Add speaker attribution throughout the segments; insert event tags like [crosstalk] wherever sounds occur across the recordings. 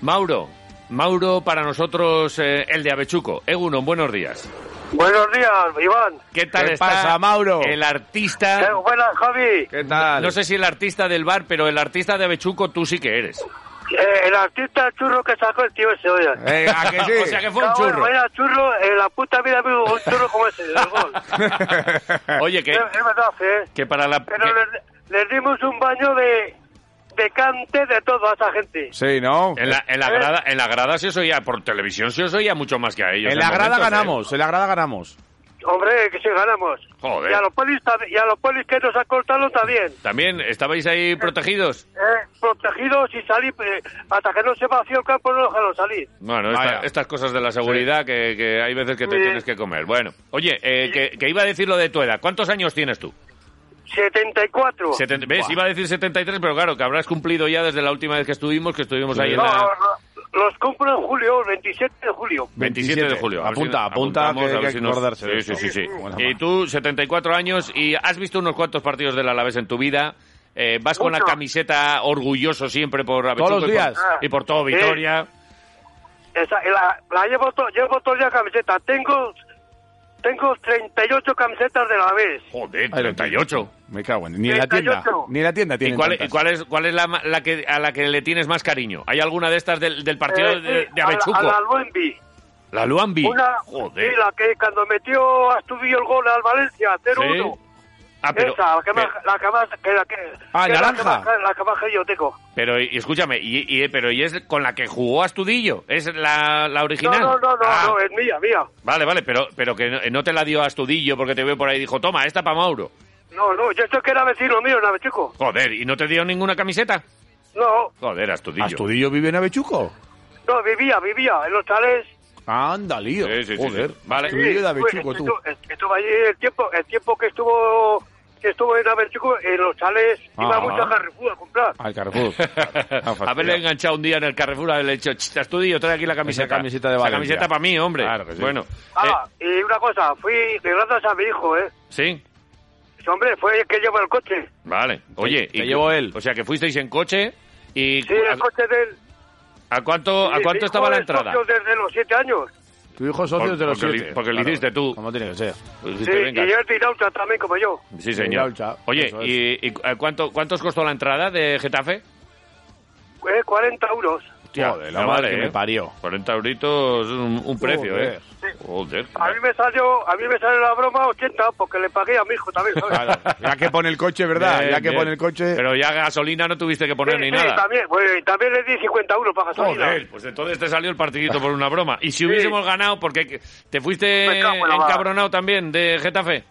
Speaker 1: Mauro, Mauro para nosotros eh, el de Avechuco. Egunon, buenos días.
Speaker 2: Buenos días, Iván.
Speaker 1: ¿Qué tal
Speaker 3: ¿Qué
Speaker 1: está
Speaker 3: pasa, Mauro?
Speaker 1: El artista,
Speaker 2: Eh, buenas, Javi.
Speaker 3: ¿Qué tal?
Speaker 1: no sé si el artista del bar, pero el artista de Avechuco tú sí que eres.
Speaker 2: Eh, el artista churro que sacó el tío ese, oye.
Speaker 3: Eh, ¿a
Speaker 1: [laughs]
Speaker 3: que sí?
Speaker 1: o sea que fue un churro.
Speaker 2: Vaya churro, en la puta vida vi un churro como ese, el
Speaker 1: [laughs]
Speaker 2: gol.
Speaker 1: Oye, que,
Speaker 2: Es, es verdad, eh.
Speaker 1: que para la...
Speaker 2: Pero
Speaker 1: que-
Speaker 2: les, les dimos un baño de, de cante de todo a esa gente.
Speaker 3: Sí, ¿no?
Speaker 1: En la,
Speaker 3: Eh.
Speaker 1: en la grada, en la grada se os oía, por televisión se os oía mucho más que a ellos.
Speaker 3: En la grada
Speaker 1: momentos, ¿eh?
Speaker 3: ganamos, en la grada ganamos.
Speaker 2: Hombre, que si ganamos.
Speaker 1: Joder.
Speaker 2: Y a los polis, tam- y a los polis que nos acortaron también.
Speaker 1: También estabais ahí protegidos.
Speaker 2: Eh, protegidos y salir, eh, hasta que no se vació el campo no dejaron salir.
Speaker 1: Bueno,
Speaker 3: Vaya.
Speaker 1: esta- estas cosas de la seguridad que, que hay veces que te
Speaker 2: Sí.
Speaker 1: tienes que comer. Bueno, oye, eh, que, que iba a decir lo de tu edad. ¿Cuántos años tienes tú?
Speaker 2: 74.
Speaker 1: Setenta- ¿Ves? Iba a decir 73, pero claro, que habrás cumplido ya desde la última vez que estuvimos, que estuvimos ahí en
Speaker 2: No,
Speaker 1: la...
Speaker 2: lo- los compro en julio, el 27 de julio.
Speaker 1: 27 de julio. A ver
Speaker 3: Apunta, apunta,
Speaker 1: apuntamos,
Speaker 3: que
Speaker 1: a
Speaker 3: hay
Speaker 1: ver
Speaker 3: que
Speaker 1: si nos-
Speaker 3: acordarse de
Speaker 1: Sí,
Speaker 3: esto.
Speaker 1: sí, sí. sí.
Speaker 3: Buena
Speaker 1: Y
Speaker 3: mano.
Speaker 1: tú, 74 años, y has visto unos cuantos partidos del Alavés en tu vida. eh, vas con la
Speaker 2: Mucho.
Speaker 1: camiseta orgulloso siempre por Avechuco
Speaker 3: los
Speaker 1: y por-
Speaker 3: días.
Speaker 1: Y por todo
Speaker 2: Sí.
Speaker 1: Vitoria.
Speaker 2: Esa- la, la llevo, to- llevo todo el día camiseta. Tengo, tengo 38 camisetas de la vez.
Speaker 1: Joder,
Speaker 3: Ahí lo
Speaker 1: 38.
Speaker 3: tienes. Me cago en... Ni en la tienda.
Speaker 2: 38.
Speaker 3: Ni en la tienda
Speaker 1: ¿Y
Speaker 3: tiene
Speaker 1: cuál, y cuál es, cuál es la, ma- la que, a la que le tienes más cariño? ¿Hay alguna de estas del, del partido
Speaker 2: Eh,
Speaker 1: de,
Speaker 2: sí,
Speaker 1: de
Speaker 2: a la-
Speaker 1: Avechuco?
Speaker 2: A la
Speaker 1: La,
Speaker 2: Luenvi.
Speaker 1: Luambi.
Speaker 2: Una,
Speaker 1: Joder.
Speaker 2: sí, la que cuando metió Astudillo el gol al Valencia, 0-1.
Speaker 1: Sí. Ah, pero,
Speaker 2: Esa, la que más,
Speaker 1: pero,
Speaker 2: la que más, que la que,
Speaker 3: Ah,
Speaker 2: que es la que
Speaker 3: naranja.
Speaker 2: más- la que más que yo tengo.
Speaker 1: pero, y- escúchame, y, y- pero ¿y es con la que jugó Astudillo? ¿Es la, la
Speaker 2: No,
Speaker 1: original?
Speaker 2: no, no, no,
Speaker 1: Ah,
Speaker 2: no, eh. es mía, mía.
Speaker 1: Vale, vale, pero, pero que no, no te la dio Astudillo porque te veo por ahí y dijo, toma, esta para Mauro.
Speaker 2: No, no, yo esto que era vecino mío, una chico.
Speaker 1: Joder, ¿y no te dio ninguna camiseta?
Speaker 2: No,
Speaker 1: Joder, Astudillo. [laughs]
Speaker 3: ¿Astudillo vive en Avechuco?
Speaker 2: no, vivía, vivía en los chalés.
Speaker 3: Anda, lío.
Speaker 1: Sí, sí, sí,
Speaker 3: Joder.
Speaker 1: sí. Vale.
Speaker 3: Astudillo de Avechuco,
Speaker 2: pues,
Speaker 3: tú.
Speaker 2: estu- est- Estuve allí el tiempo, el tiempo que estuvo que estuvo en Avechuco, en los chales,
Speaker 3: Ah.
Speaker 2: iba mucho a Carrefour a comprar.
Speaker 1: [laughs]
Speaker 3: Al Carrefour. Ah, fastidio.
Speaker 1: Haberle enganchado un día en el Carrefour, haberle dicho, "Ch, Astudillo, trae aquí la camiseta.
Speaker 3: camiseta de
Speaker 1: Esa
Speaker 3: Valencia.
Speaker 1: camiseta para mí, hombre.
Speaker 3: Claro que sí.
Speaker 1: Bueno,
Speaker 2: Ah, y una cosa, fui gracias a mi hijo, ¿eh?
Speaker 1: eh, sí.
Speaker 2: Ese hombre fue el que llevó el coche.
Speaker 1: Vale. Oye,
Speaker 3: te llevó él.
Speaker 1: O sea, que fuisteis en coche y
Speaker 2: Sí, el
Speaker 1: a,
Speaker 2: coche del...
Speaker 1: a cuánto a
Speaker 2: mi
Speaker 1: cuánto
Speaker 2: hijo
Speaker 1: estaba la
Speaker 2: es
Speaker 1: entrada?
Speaker 2: socio desde los siete años.
Speaker 3: Tu hijo es socio
Speaker 1: Por-
Speaker 3: de los
Speaker 1: porque li-
Speaker 3: siete.
Speaker 1: porque lo
Speaker 3: Claro,
Speaker 1: hiciste tú.
Speaker 3: Como tiene
Speaker 1: [laughs]
Speaker 3: que ser.
Speaker 2: Sí,
Speaker 1: Dijiste, Pues "Venga".
Speaker 2: y él de Irauta también, como yo.
Speaker 1: Sí,
Speaker 3: Mira,
Speaker 1: señor.
Speaker 3: Ucha,
Speaker 1: Oye,
Speaker 3: eso es.
Speaker 1: ¿y, y cu- a cuánto cuánto os costó la entrada de Getafe?
Speaker 2: Eh, 40 euros.
Speaker 1: Hostia,
Speaker 3: Joder, la madre que
Speaker 1: ¿eh?
Speaker 3: me parió.
Speaker 1: 40 euritos es un, un precio, ¿eh? Joder.
Speaker 2: A mí me salió, a mí me salió la broma 80 porque le pagué a mi hijo también. ¿sabes?
Speaker 1: [laughs]
Speaker 3: Claro, ya que pone el coche, ¿verdad?
Speaker 1: Bien,
Speaker 3: ya que
Speaker 1: bien.
Speaker 3: pone el coche.
Speaker 1: Pero ya gasolina no tuviste que poner ni
Speaker 2: Sí, sí,
Speaker 1: nada.
Speaker 2: También, bueno, y también le di 50 euros para gasolina.
Speaker 1: Joder, pues entonces te salió el partidito por una broma. Y si hubiésemos ganado, porque que- te fuiste
Speaker 2: Me cago en la
Speaker 1: encabronado también de Getafe.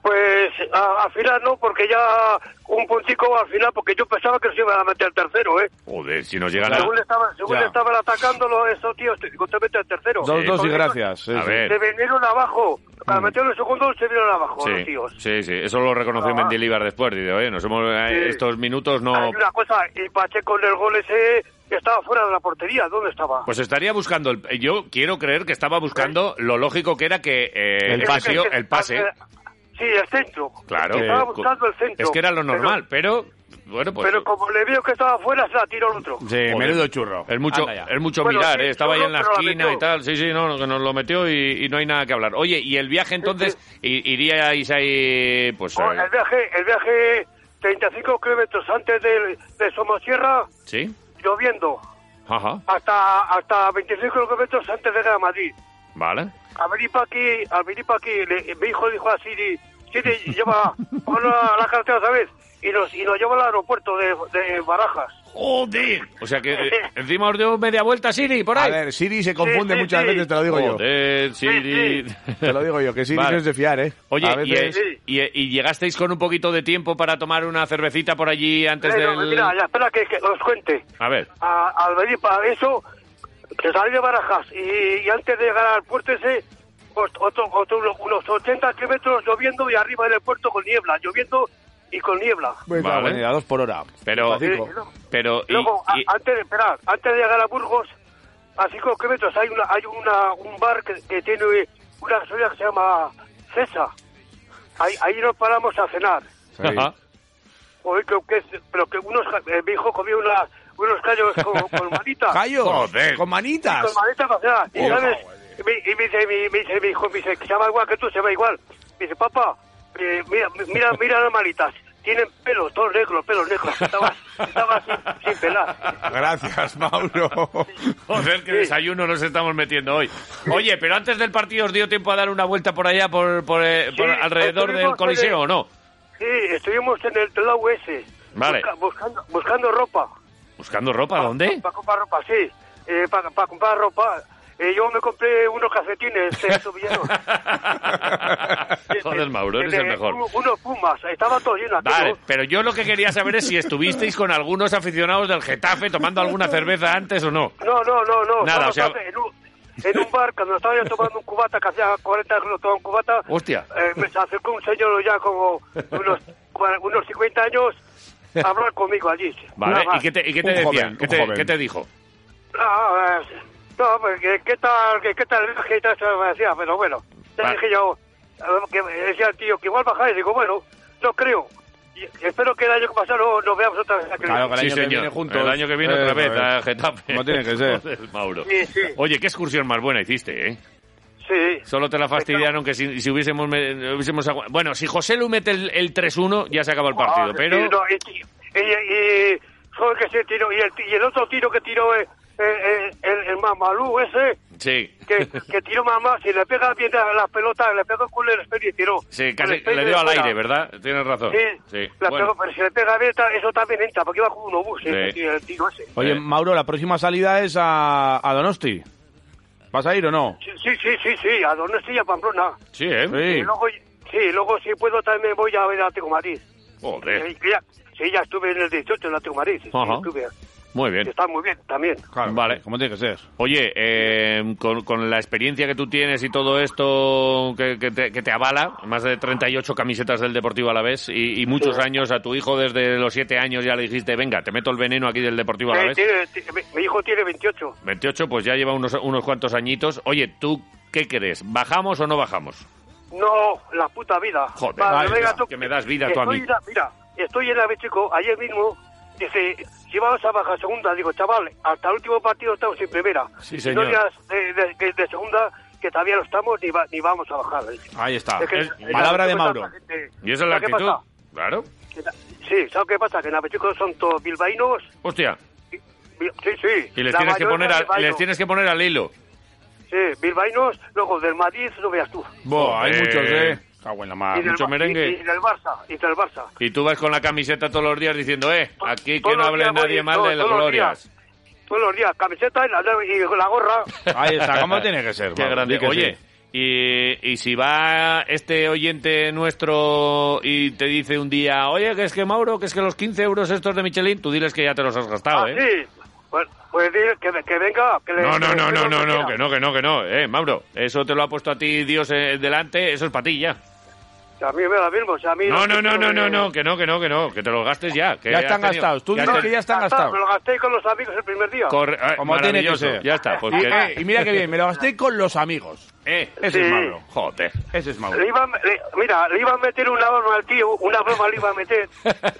Speaker 2: Pues a- al final no, porque ya un puntico al final, porque yo pensaba que se iban a meter el tercero, ¿eh.
Speaker 1: Joder, si nos llegan a...
Speaker 2: Según, le estaban, según
Speaker 3: Ya.
Speaker 2: le estaban atacándolo esos tíos, te- digo, te mete el tercero.
Speaker 3: dos,
Speaker 1: sí.
Speaker 3: dos y
Speaker 2: Porque
Speaker 3: gracias. Sí,
Speaker 1: A
Speaker 3: sí.
Speaker 1: ver.
Speaker 2: Se vinieron abajo. Para meter el segundo se vinieron abajo los
Speaker 1: Mm. Sí,
Speaker 2: tíos.
Speaker 1: sí, sí, eso lo reconoció
Speaker 2: Ah.
Speaker 1: Mendilibar después, digo, eh, nos hemos, eh,
Speaker 2: Sí.
Speaker 1: estos minutos no...
Speaker 2: Hay una cosa, y Pacheco en el gol ese estaba fuera de la portería. ¿Dónde estaba?
Speaker 1: Pues estaría buscando, el- yo quiero creer que estaba buscando lo lógico que era que eh,
Speaker 3: El
Speaker 1: el,
Speaker 3: pase.
Speaker 1: pase,
Speaker 2: Es que-
Speaker 1: el pase,
Speaker 2: eh, Sí, el centro.
Speaker 1: claro,
Speaker 2: Estaba buscando el centro.
Speaker 1: es que era lo
Speaker 2: Pero-
Speaker 1: normal, pero, bueno, pues
Speaker 2: Pero como le vio que estaba fuera, se la tiró el otro.
Speaker 3: Sí,
Speaker 1: Joder.
Speaker 3: menudo churro.
Speaker 1: es mucho,
Speaker 3: Anda ya.
Speaker 1: es mucho
Speaker 2: Bueno,
Speaker 1: mirar,
Speaker 2: sí,
Speaker 1: eh, estaba ahí en la
Speaker 2: pero la
Speaker 1: esquina
Speaker 2: metió.
Speaker 1: y tal, sí, sí, no, no, que nos lo metió y, y no hay nada que hablar. Oye, y el viaje entonces, i- iríais ahí, pues,
Speaker 2: Oh,
Speaker 1: eh,
Speaker 2: el viaje, el viaje 35 kilómetros antes de, de Somosierra,
Speaker 1: sí,
Speaker 2: lloviendo,
Speaker 1: ajá,
Speaker 2: hasta hasta 25 kilómetros antes de llegar a Madrid.
Speaker 1: vale,
Speaker 2: Al venir para aquí, al venir pa' aquí, le- mi hijo dijo a Siri, Siri, lleva ponlo a la cartera otra vez, y nos, y nos lleva al aeropuerto de, de Barajas.
Speaker 1: joder, o sea que
Speaker 2: [laughs]
Speaker 1: eh, encima os dio media vuelta Siri, por
Speaker 3: A
Speaker 1: ahí.
Speaker 3: ver, Siri se
Speaker 2: Sí,
Speaker 3: confunde
Speaker 2: sí,
Speaker 3: muchas
Speaker 2: sí.
Speaker 3: veces, te lo digo yo.
Speaker 1: Joder, Siri.
Speaker 2: Sí,
Speaker 3: Te lo digo yo, que Siri
Speaker 1: Vale.
Speaker 3: no es de fiar, ¿eh?
Speaker 1: Oye,
Speaker 3: A
Speaker 1: y,
Speaker 3: veces-
Speaker 2: Sí.
Speaker 1: y- y llegasteis con un poquito de tiempo para tomar una cervecita por allí antes
Speaker 2: Pero,
Speaker 1: del...
Speaker 2: Mira, ya, espera que, que os cuente.
Speaker 1: A ver,
Speaker 2: A- al venir para eso, que salí de Barajas y, y antes de llegar al puerto ese, pues, otro, otro- unos- unos 80 kilómetros lloviendo y arriba en el puerto con niebla, lloviendo y con niebla.
Speaker 3: Bueno,
Speaker 1: Vale.
Speaker 3: bueno, y pues, a dos por hora.
Speaker 1: Pero,
Speaker 2: Sí,
Speaker 3: Despacito.
Speaker 2: luego-
Speaker 1: pero, y-
Speaker 2: Luego, a-
Speaker 1: y-
Speaker 2: antes de esperar, antes de llegar a Burgos, a 5 kilómetros hay una, hay una, un bar que, que tiene una gasolina que se llama Cesa. Ahí, ahí nos paramos a cenar.
Speaker 3: Sí.
Speaker 1: Ajá.
Speaker 2: Oye, que, que- pero que unos, ca- eh, mi hijo comió una- unos callos con, con manita.
Speaker 3: [laughs] Callos,
Speaker 1: Joder.
Speaker 3: con manitas.
Speaker 2: Con manita para cenar. Y,
Speaker 3: Oh,
Speaker 2: ¿sabes? Y me, y me dice, mi- me dice mi hijo, me dice, que se llama igual que tú, se llama igual. Me dice, papá, eh, mira, mira, mira las manitas. Tienen pelos, todos negros, pelos negros. Estaba, estaba sin, sin pelar.
Speaker 3: Gracias, Mauro.
Speaker 1: Joder, qué
Speaker 2: Sí.
Speaker 1: desayuno nos estamos metiendo hoy. Oye, pero antes del partido os dio tiempo a dar una vuelta por allá, por, por, eh, por
Speaker 2: Sí,
Speaker 1: alrededor
Speaker 2: estuvimos
Speaker 1: del Coliseo, ¿o
Speaker 2: en
Speaker 1: no?
Speaker 2: Sí, estuvimos en el del lado ese.
Speaker 1: Vale.
Speaker 2: Busca- buscando, buscando ropa.
Speaker 1: ¿Buscando ropa?
Speaker 2: Ah,
Speaker 1: ¿Dónde?
Speaker 2: Para comprar ropa, sí. Eh, para, comprar ropa. Eh, yo me compré
Speaker 1: [laughs]
Speaker 2: unos calcetines, eh, subillanos. ah.
Speaker 1: Joder, Mauro, eres
Speaker 2: Eh,
Speaker 1: el mejor.
Speaker 2: un- Unos pumas, estaba todo lleno aquello.
Speaker 1: Vale, pero yo lo que quería saber es si estuvisteis con algunos aficionados del Getafe tomando alguna cerveza antes o no.
Speaker 2: No, no, no, no.
Speaker 1: Nada,
Speaker 2: Estaba
Speaker 1: o sea-
Speaker 2: En un, en un bar, cuando estaba yo tomando un cubata, que hacía 40 que no tomaba un cubata,
Speaker 1: Hostia.
Speaker 2: eh, me se acercó un señor ya como unos, cua- unos 50 años a hablar conmigo allí.
Speaker 1: Vale,
Speaker 2: Nada más.
Speaker 1: ¿y qué te, y qué te
Speaker 3: Un
Speaker 1: decía?
Speaker 3: joven,
Speaker 1: ¿Qué,
Speaker 3: un
Speaker 1: te,
Speaker 3: joven.
Speaker 1: qué te dijo?
Speaker 2: No, eh, no, pues, ¿qué, qué tal, qué, qué tal el viaje y todo eso me decía? Pero bueno, le
Speaker 1: Va.
Speaker 2: dije yo, eh, que me decía el tío que igual bajáis, digo, bueno, no creo. Y espero que el año que pasa no nos veamos otra vez. aquel
Speaker 3: Claro,
Speaker 2: día.
Speaker 3: el
Speaker 1: sí,
Speaker 3: año que
Speaker 1: señor.
Speaker 3: viene juntos.
Speaker 1: El año que viene
Speaker 3: Eh,
Speaker 1: otra vez
Speaker 3: joder.
Speaker 1: a Getafe.
Speaker 3: Como
Speaker 1: [laughs]
Speaker 3: tiene que ser.
Speaker 1: Joder, Mauro.
Speaker 2: Sí, sí.
Speaker 1: Oye, qué excursión más buena hiciste, ¿eh?
Speaker 2: Sí.
Speaker 1: Solo te la fastidiaron que si, si hubiésemos, me- hubiésemos agu- Bueno, si José Lu mete el, el 3-1, ya se acaba el partido,
Speaker 2: Ah,
Speaker 1: pero...
Speaker 2: sí, no, y, y- y- y- solo que se tiró, y el, y el otro tiro que tiró eh, eh, eh, el, el Mamalú ese,
Speaker 1: Sí. [laughs]
Speaker 2: que, que tiró más más, y le pega bien a la pelota, le pegó con el espejo y tiró.
Speaker 1: Sí,
Speaker 2: Con
Speaker 1: casi
Speaker 2: el espejo
Speaker 1: le
Speaker 2: y
Speaker 1: dio al
Speaker 2: fuera.
Speaker 1: aire, ¿verdad? Tienes razón.
Speaker 2: Sí, la
Speaker 1: Bueno,
Speaker 2: pegó, pero si le pega bien, ta- eso también entra, porque iba como un obús, eh,
Speaker 1: Sí.
Speaker 2: y el tiro ese.
Speaker 3: [laughs] Oye,
Speaker 1: Eh.
Speaker 3: Mauro, la próxima salida es a, a Donosti. ¿Vas a ir o no?
Speaker 2: Sí, sí, sí, sí, sí, a donde estoy, a Pamplona.
Speaker 1: sí, ¿eh?
Speaker 3: Sí.
Speaker 2: Y luego, sí, luego si puedo también me voy a ver a Atlético de Madrid.
Speaker 1: Joder.
Speaker 2: Sí, ya, sí, ya estuve en el 18 en Atlético de Madrid, sí,
Speaker 1: Ajá.
Speaker 2: estuve.
Speaker 1: Muy bien.
Speaker 2: Está muy bien también.
Speaker 3: Claro,
Speaker 1: Vale.
Speaker 3: Como tiene que ser.
Speaker 1: Oye, eh, con, con la experiencia que tú tienes y todo esto que, que te, que te avala, más de 38 camisetas del Deportivo a la vez y, y muchos
Speaker 2: Sí.
Speaker 1: años, a tu hijo desde los 7 años ya le dijiste, venga, te meto el veneno aquí del Deportivo a la
Speaker 2: Eh,
Speaker 1: vez.
Speaker 2: tiene- ti- mi, mi hijo tiene 28.
Speaker 1: 28, pues ya lleva unos, unos cuantos añitos. Oye, ¿tú qué crees? ¿Bajamos o no bajamos?
Speaker 2: No, la puta vida.
Speaker 1: Joder,
Speaker 2: Vale,
Speaker 1: vaya,
Speaker 2: venga, tú-
Speaker 1: que me das vida tú a
Speaker 2: estoy
Speaker 1: mí.
Speaker 2: en la- mira, estoy en la Bechico, ayer mismo, dice, si vamos a bajar segunda, digo, chaval, hasta el último partido estamos en primera.
Speaker 1: Sí,
Speaker 2: Y
Speaker 1: señor.
Speaker 2: No digas de, de- que de segunda que todavía no estamos ni, va- ni vamos a bajar. Es
Speaker 3: Ahí está.
Speaker 2: que-
Speaker 1: Ah, es-
Speaker 2: en la
Speaker 3: palabra de
Speaker 2: Bechico
Speaker 3: Mauro.
Speaker 2: tanta gente-
Speaker 1: Y esa es la
Speaker 2: ¿Sabes qué
Speaker 1: actitud.
Speaker 2: pasa?
Speaker 1: Claro.
Speaker 2: Que la- Sí, ¿sabes qué pasa? Que en la Bechico son todos bilbaínos.
Speaker 1: Hostia.
Speaker 2: y- bi- Sí, sí.
Speaker 1: Y les
Speaker 2: la
Speaker 1: tienes, que
Speaker 2: mayoría
Speaker 1: poner a-
Speaker 2: bilbaínos.
Speaker 1: les tienes que poner al hilo.
Speaker 2: Sí, bilbaínos, luego del Madrid, lo veas tú.
Speaker 3: Buah, hay
Speaker 1: Joder.
Speaker 3: muchos, ¿eh? Cago en la madre.
Speaker 2: Y del
Speaker 1: Ah, mucho
Speaker 2: Ba-
Speaker 1: merengue.
Speaker 2: Y, y del Barça, y del Barça.
Speaker 1: Y tú vas con la camiseta todos los días diciendo, eh, aquí que
Speaker 2: Todos
Speaker 1: no
Speaker 2: los
Speaker 1: hable
Speaker 2: días
Speaker 1: nadie
Speaker 2: voy-
Speaker 1: mal
Speaker 2: no,
Speaker 1: de las
Speaker 2: todos los
Speaker 1: glorias.
Speaker 2: días. Todos los días, camiseta y la, y
Speaker 1: [laughs]
Speaker 2: la gorra.
Speaker 3: Ahí está, [laughs] como tiene que ser.
Speaker 1: Qué
Speaker 3: Mauro,
Speaker 1: grande.
Speaker 3: di que
Speaker 1: Oye,
Speaker 3: sí.
Speaker 1: y, y si va este oyente nuestro y te dice un día, oye, que es que Mauro, que es que los 15 euros estos de Michelin, tú diles que ya te los has gastado,
Speaker 2: Ah,
Speaker 1: ¿eh?
Speaker 2: sí. Pues, pues dile que, que venga. Que le,
Speaker 1: No, no,
Speaker 2: que le
Speaker 1: no, no,
Speaker 2: espero
Speaker 1: no, no,
Speaker 2: quiera.
Speaker 1: que no, que no, que no, eh, Mauro, eso te lo ha puesto a ti Dios eh, delante, eso es para ti ya.
Speaker 2: Que a mí me da mismo. o sea, a mí
Speaker 1: No, no,
Speaker 2: me-
Speaker 1: no, no, no, no, que no, que no, que no, que te los gastes ya. que
Speaker 3: Ya
Speaker 1: has
Speaker 3: están
Speaker 1: tenido-
Speaker 3: gastados. Tú
Speaker 1: has
Speaker 3: dices
Speaker 1: tenido-
Speaker 3: que ya están
Speaker 2: Ya Ah, está,
Speaker 3: gastados.
Speaker 2: me lo gasté con los amigos el primer día.
Speaker 1: Corre- ah,
Speaker 3: Como tiene que
Speaker 1: maravilloso,
Speaker 3: ser.
Speaker 1: ya está, pues
Speaker 3: Y,
Speaker 1: que-
Speaker 3: eh, y mira que bien, me lo gasté con los amigos.
Speaker 1: eh,
Speaker 3: Ese es
Speaker 2: Sí.
Speaker 3: Mauro.
Speaker 1: joder.
Speaker 3: Ese es Mauro.
Speaker 2: Le iba a- le- mira, le iba a meter una broma al tío, una broma le iba
Speaker 1: [laughs]
Speaker 2: a meter.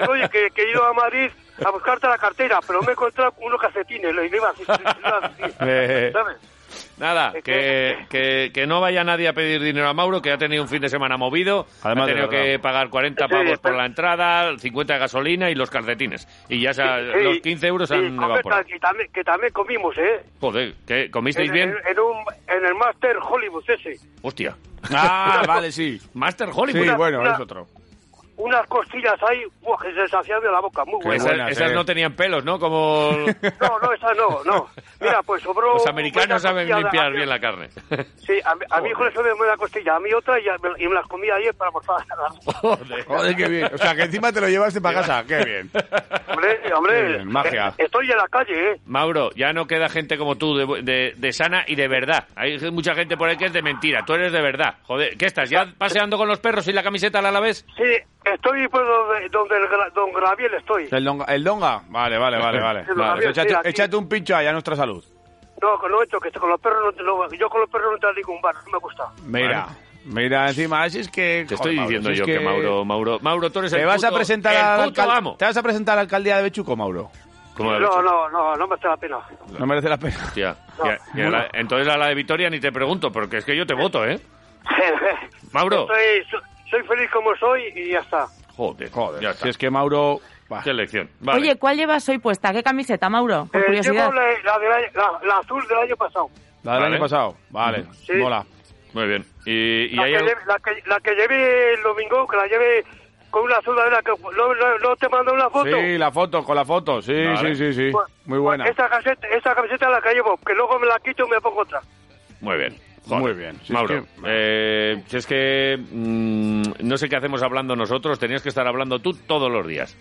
Speaker 2: Digo, Oye, que, que he ido a Madrid a buscarte la cartera, pero me he encontrado unos calcetines, le le iba a decir, le iba
Speaker 1: [laughs]
Speaker 2: a decir,
Speaker 3: Eh.
Speaker 2: ¿sabes?
Speaker 1: Nada,
Speaker 2: Es
Speaker 1: que, que, que no vaya nadie a pedir dinero a Mauro, que ha tenido un fin de semana movido.
Speaker 3: Además
Speaker 1: ha
Speaker 3: de
Speaker 1: tenido
Speaker 3: verdad.
Speaker 1: que pagar 40
Speaker 2: Sí,
Speaker 1: pavos por
Speaker 2: pero-
Speaker 1: la entrada, 50 de gasolina y los calcetines. Y ya se ha-
Speaker 2: Sí,
Speaker 1: los 15 euros
Speaker 2: sí,
Speaker 1: han
Speaker 2: correcto,
Speaker 1: evaporado.
Speaker 2: que también, que también comimos, ¿eh?
Speaker 1: Joder, ¿qué? ¿comisteis
Speaker 2: En,
Speaker 1: bien?
Speaker 2: en- en un, en el Master Hollywood ese. [laughs]
Speaker 1: Hostia.
Speaker 3: Ah, vale, sí.
Speaker 1: Master
Speaker 3: Sí,
Speaker 1: Hollywood.
Speaker 3: bueno,
Speaker 2: una-
Speaker 3: es otro.
Speaker 2: unas costillas ahí, buah, que se sacian de la boca, muy
Speaker 3: Qué
Speaker 2: buenas.
Speaker 1: Esas,
Speaker 3: buenas,
Speaker 1: Pues esas
Speaker 3: eh.
Speaker 1: no tenían pelos, ¿no?
Speaker 2: [laughs]
Speaker 1: Como
Speaker 2: No, no, esa no, no. Mira, pues sobró...
Speaker 1: los americanos
Speaker 2: una
Speaker 1: saben
Speaker 2: costilla de- a
Speaker 1: limpiar
Speaker 2: mí-
Speaker 1: bien la carne.
Speaker 2: Sí, a, mi- a mi hijo le sobró una costilla, a mí otra, y, a- y me las comía ayer
Speaker 1: [laughs]
Speaker 2: para morfar.
Speaker 1: Joder.
Speaker 3: Joder, qué bien. O sea, que encima te lo llevaste para casa. Qué bien.
Speaker 2: Hombre,
Speaker 3: Qué
Speaker 2: hombre,
Speaker 3: bien, magia.
Speaker 2: estoy en la calle, ¿eh?
Speaker 1: Mauro, ya no queda gente como tú de, de- de sana y de verdad. Hay mucha gente por ahí que es de mentira. Tú eres de verdad. Joder, ¿qué estás? ¿Ya paseando con los perros y la camiseta a la vez?
Speaker 2: Sí, estoy por donde, donde el gra- don Graviel estoy.
Speaker 3: ¿El donga? ¿El donga? Vale, vale, vale. vale.
Speaker 2: Sí, lo
Speaker 3: Vale, pues
Speaker 2: había,
Speaker 3: échate,
Speaker 2: sí, aquí.
Speaker 3: échate un pincho ahí a nuestra salud.
Speaker 2: No, que no he hecho, que con los perros no, te- no- yo con los perros no te digo un bar, no me gusta.
Speaker 3: Mira,
Speaker 1: Vale.
Speaker 3: mira, encima, así es que...
Speaker 1: Te
Speaker 3: Joder,
Speaker 1: estoy
Speaker 3: Mauro,
Speaker 1: diciendo
Speaker 3: si es
Speaker 1: yo que... Mauro, Mauro, Mauro, tú eres
Speaker 3: ¿Te
Speaker 1: el
Speaker 3: vas, a
Speaker 1: puto-
Speaker 3: presentar
Speaker 1: el
Speaker 3: a la
Speaker 1: puto
Speaker 3: alcal-
Speaker 1: amo.
Speaker 3: ¿Te vas a presentar a la alcaldía de Bechuco, Mauro?
Speaker 1: ¿Cómo lo has
Speaker 2: No,
Speaker 1: hecho?
Speaker 2: no, no, no merece la pena.
Speaker 3: No merece la pena.
Speaker 1: Hostia. Y a- y a la- entonces a la de Vitoria ni te pregunto, porque es que yo te voto, ¿eh?
Speaker 2: [laughs]
Speaker 1: Mauro.
Speaker 2: Estoy- so- soy feliz como soy y ya está.
Speaker 1: Joder,
Speaker 3: Joder,
Speaker 1: ya está.
Speaker 3: si es que Mauro... bah,
Speaker 1: Qué lección. Vale.
Speaker 4: Oye, ¿cuál llevas hoy puesta? ¿Qué camiseta, Mauro? Por
Speaker 2: Eh,
Speaker 4: curiosidad.
Speaker 2: llevo la, la del año- la- la azul del año pasado.
Speaker 3: La del
Speaker 1: Vale.
Speaker 3: año pasado. Vale,
Speaker 2: Sí.
Speaker 3: mola.
Speaker 1: Muy bien. ¿Y, y
Speaker 2: La,
Speaker 1: hay
Speaker 2: que
Speaker 1: algo-
Speaker 2: lleve, la, que, la que lleve el domingo, que la lleve con una azul de la que no, no- no te mando una foto.
Speaker 3: Sí, la foto, con la foto. Sí,
Speaker 1: Vale.
Speaker 3: sí, sí, sí.
Speaker 2: Pues-
Speaker 3: Muy buena.
Speaker 2: Esa camiseta, esa camiseta la que llevo, que luego me la quito y me pongo otra.
Speaker 1: Muy bien.
Speaker 3: Muy bien. Si es
Speaker 1: Mauro,
Speaker 3: que-
Speaker 1: eh, si es que mm, no sé qué hacemos hablando nosotros, tenías que estar hablando tú todos los días.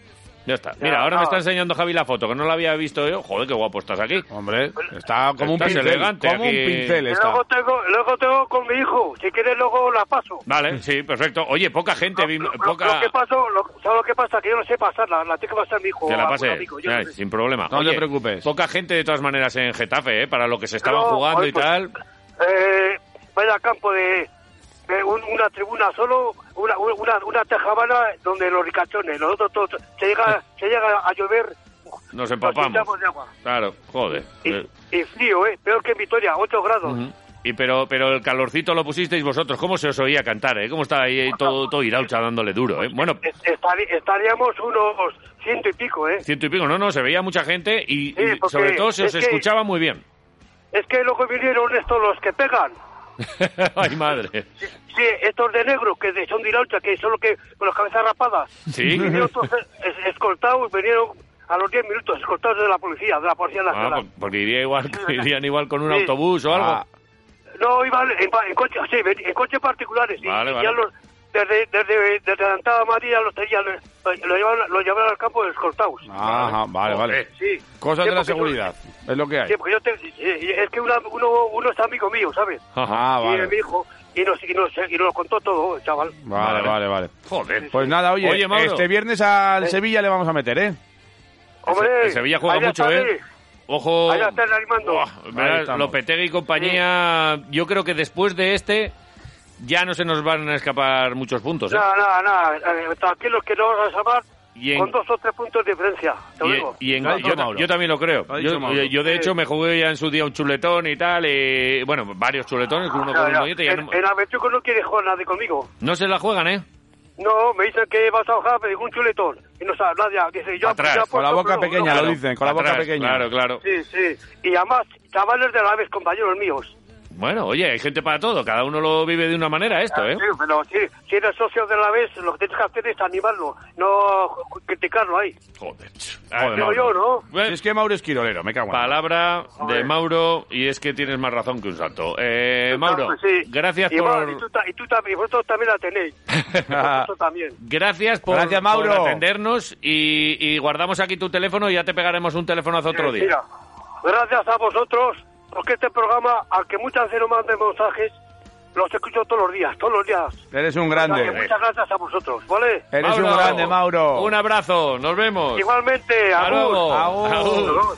Speaker 1: Ya está. Mira, ahora me
Speaker 2: no.
Speaker 1: está enseñando Javi la foto, que no la había visto yo. Joder, qué guapo estás aquí.
Speaker 3: Hombre, está como un
Speaker 1: Estás
Speaker 3: pincel.
Speaker 1: elegante
Speaker 3: como
Speaker 1: aquí.
Speaker 3: un pincel
Speaker 2: Y
Speaker 3: está.
Speaker 2: luego tengo, luego tengo con mi hijo, si quieres luego la paso.
Speaker 1: Vale, sí, perfecto. Oye, poca gente, vi-
Speaker 2: Lo- lo-
Speaker 1: poca...
Speaker 2: lo Ah, que pasó, lo, ¿sabes lo que pasa? Que yo no sé pasarla, la tiene que pasar mi hijo.
Speaker 1: Que
Speaker 2: a
Speaker 1: la
Speaker 2: un
Speaker 1: pase,
Speaker 2: Oh, amigo, yo
Speaker 1: Ay,
Speaker 2: no sé.
Speaker 1: sin problema.
Speaker 3: No te
Speaker 1: Oye,
Speaker 3: preocupes.
Speaker 1: Poca gente de todas maneras en Getafe, ¿eh? para lo que se estaban
Speaker 2: Pero,
Speaker 1: jugando
Speaker 2: oye,
Speaker 1: y
Speaker 2: pues,
Speaker 1: tal.
Speaker 2: Eh, vaya campo de, de un- una tribuna solo, una, una, una tejabana donde los ricachones, los otros todos,
Speaker 1: [laughs]
Speaker 2: se llega, se llega a llover,
Speaker 1: Nos
Speaker 2: nos
Speaker 1: empapamos.
Speaker 2: hinchamos de agua.
Speaker 1: Claro, joder.
Speaker 2: pues, Y,
Speaker 1: Eh,
Speaker 2: y frío, ¿eh? Peor que en Vitoria, 8 grados.
Speaker 1: Y pero, pero el calorcito lo pusisteis vosotros. ¿Cómo se os oía cantar, eh? ¿Cómo estaba ahí todo, todo Iraucha dándole duro, eh? Bueno,
Speaker 2: Es- estari- estaríamos unos ciento y pico, ¿eh?
Speaker 1: ciento y pico, no, no, se veía mucha gente y, y
Speaker 2: Sí, porque
Speaker 1: sobre todo se os
Speaker 2: es que-
Speaker 1: escuchaba muy bien. [laughs]
Speaker 2: Es que luego vinieron estos los que pegan.
Speaker 1: Ay, madre.
Speaker 2: Sí, estos de negro, que de- son de Iraucha, que son los que con las cabezas rapadas.
Speaker 1: Sí.
Speaker 2: Vinieron
Speaker 1: [laughs]
Speaker 2: todos es- escoltados, vinieron a los 10 minutos escoltados de la policía, de la Policía
Speaker 1: Ah,
Speaker 2: Nacional.
Speaker 1: por- porque iría igual, [laughs] irían igual con un
Speaker 2: Sí.
Speaker 1: autobús o algo.
Speaker 3: Ah,
Speaker 2: No, iban en, pa- en coche, sí, ven- en coches particulares. y-
Speaker 1: Vale,
Speaker 2: y
Speaker 1: vale.
Speaker 2: ya los- desde, desde, desde la entrada a Madrid ya los tenían, eh, lo, llevaban, lo llevaban al campo escoltados.
Speaker 1: Ah,
Speaker 3: Ah, Ajá, vale, vale.
Speaker 2: Sí.
Speaker 3: Cosas
Speaker 2: Sí, porque
Speaker 3: de la
Speaker 2: yo-
Speaker 3: seguridad. Es lo que hay.
Speaker 2: Sí, porque yo te- eh, es que una- uno, uno es amigo mío, ¿sabes?
Speaker 3: Ah,
Speaker 2: y es mi
Speaker 3: vale.
Speaker 2: hijo, y nos, y, nos, y nos lo contó todo, chaval.
Speaker 3: Vale, vale, vale.
Speaker 1: Joder.
Speaker 3: Pues nada, oye,
Speaker 1: Oye, Mauro.
Speaker 3: este viernes al Sevilla le vamos a meter, ¿eh?
Speaker 2: Hombre,
Speaker 1: el Sevilla juega
Speaker 2: ahí
Speaker 1: mucho,
Speaker 2: está,
Speaker 1: ¿eh? Ojo.
Speaker 2: Ahí la están animando.
Speaker 1: Buah, verás,
Speaker 3: Ahí estamos.
Speaker 1: Lopetegui y compañía, yo creo que después de este ya no se nos van a escapar muchos puntos. ¿eh?
Speaker 2: Nada, nada, nada. Eh, tranquilos que no vas a salvar
Speaker 1: Y en-
Speaker 2: con dos o tres puntos de diferencia. Te
Speaker 1: Y-
Speaker 2: lo digo.
Speaker 1: y en-
Speaker 3: Lo ha
Speaker 1: yo,
Speaker 3: dicho
Speaker 1: ta-
Speaker 3: Mauro.
Speaker 1: yo también lo creo.
Speaker 3: Lo ha dicho
Speaker 1: yo,
Speaker 3: Mauro.
Speaker 1: yo- yo, de
Speaker 2: Sí.
Speaker 1: hecho, me jugué ya en su día un chuletón y tal. eh, bueno, varios chuletones, uno
Speaker 2: Ah, Ya,
Speaker 1: con un
Speaker 2: ya.
Speaker 1: mollete. ya
Speaker 2: En,
Speaker 1: no,
Speaker 2: en Avechuco no quiere jugar nadie conmigo.
Speaker 1: no se la juegan, ¿eh?
Speaker 2: No, me dicen que vas a bajar, me dijo un chuletón. Y no sabe nadie. Dice, yo
Speaker 1: Atrás,
Speaker 2: yo apuesto,
Speaker 3: con la boca
Speaker 2: pero no,
Speaker 3: pequeña,
Speaker 2: no.
Speaker 3: lo dicen, con la boca
Speaker 1: Atrás,
Speaker 3: pequeña.
Speaker 1: Claro, claro.
Speaker 2: Sí, sí. Y además, chavales de la vez, compañeros míos.
Speaker 1: Bueno, oye, hay gente para todo. Cada uno lo vive de una manera esto, ¿eh?
Speaker 2: Sí, pero sí, si eres socio de la vez, lo que tienes que hacer es animarlo, no criticarlo ahí.
Speaker 1: Joder.
Speaker 3: Joder,
Speaker 2: Digo
Speaker 3: Mauro.
Speaker 2: Ah, yo, ¿no?
Speaker 1: Eh,
Speaker 3: Si es que Mauro es quirolero, me cago en. la-
Speaker 1: Palabra de
Speaker 2: Joder.
Speaker 1: Mauro y es que tienes más razón que un santo. Eh,
Speaker 2: Claro,
Speaker 1: Mauro,
Speaker 2: pues sí.
Speaker 1: gracias
Speaker 2: y,
Speaker 1: por...
Speaker 2: bueno, y tú, ta- y tú también, vosotros también la tenéis. vosotros también.
Speaker 1: Gracias por,
Speaker 3: Gracias, Mauro.
Speaker 1: por atendernos y, y guardamos aquí tu teléfono y ya te pegaremos un telefonazo otro día.
Speaker 2: Mira, gracias a vosotros, porque este programa, al que muchas veces no manden mensajes, los escucho todos los días, todos los días.
Speaker 3: Eres un
Speaker 2: O sea que
Speaker 3: grande.
Speaker 2: muchas gracias a vosotros, ¿vale?
Speaker 3: Eres un grande, Mauro.
Speaker 1: Un abrazo, nos vemos.
Speaker 2: Igualmente,
Speaker 1: Hasta
Speaker 2: a
Speaker 1: luego.
Speaker 3: Agur.
Speaker 1: Agur.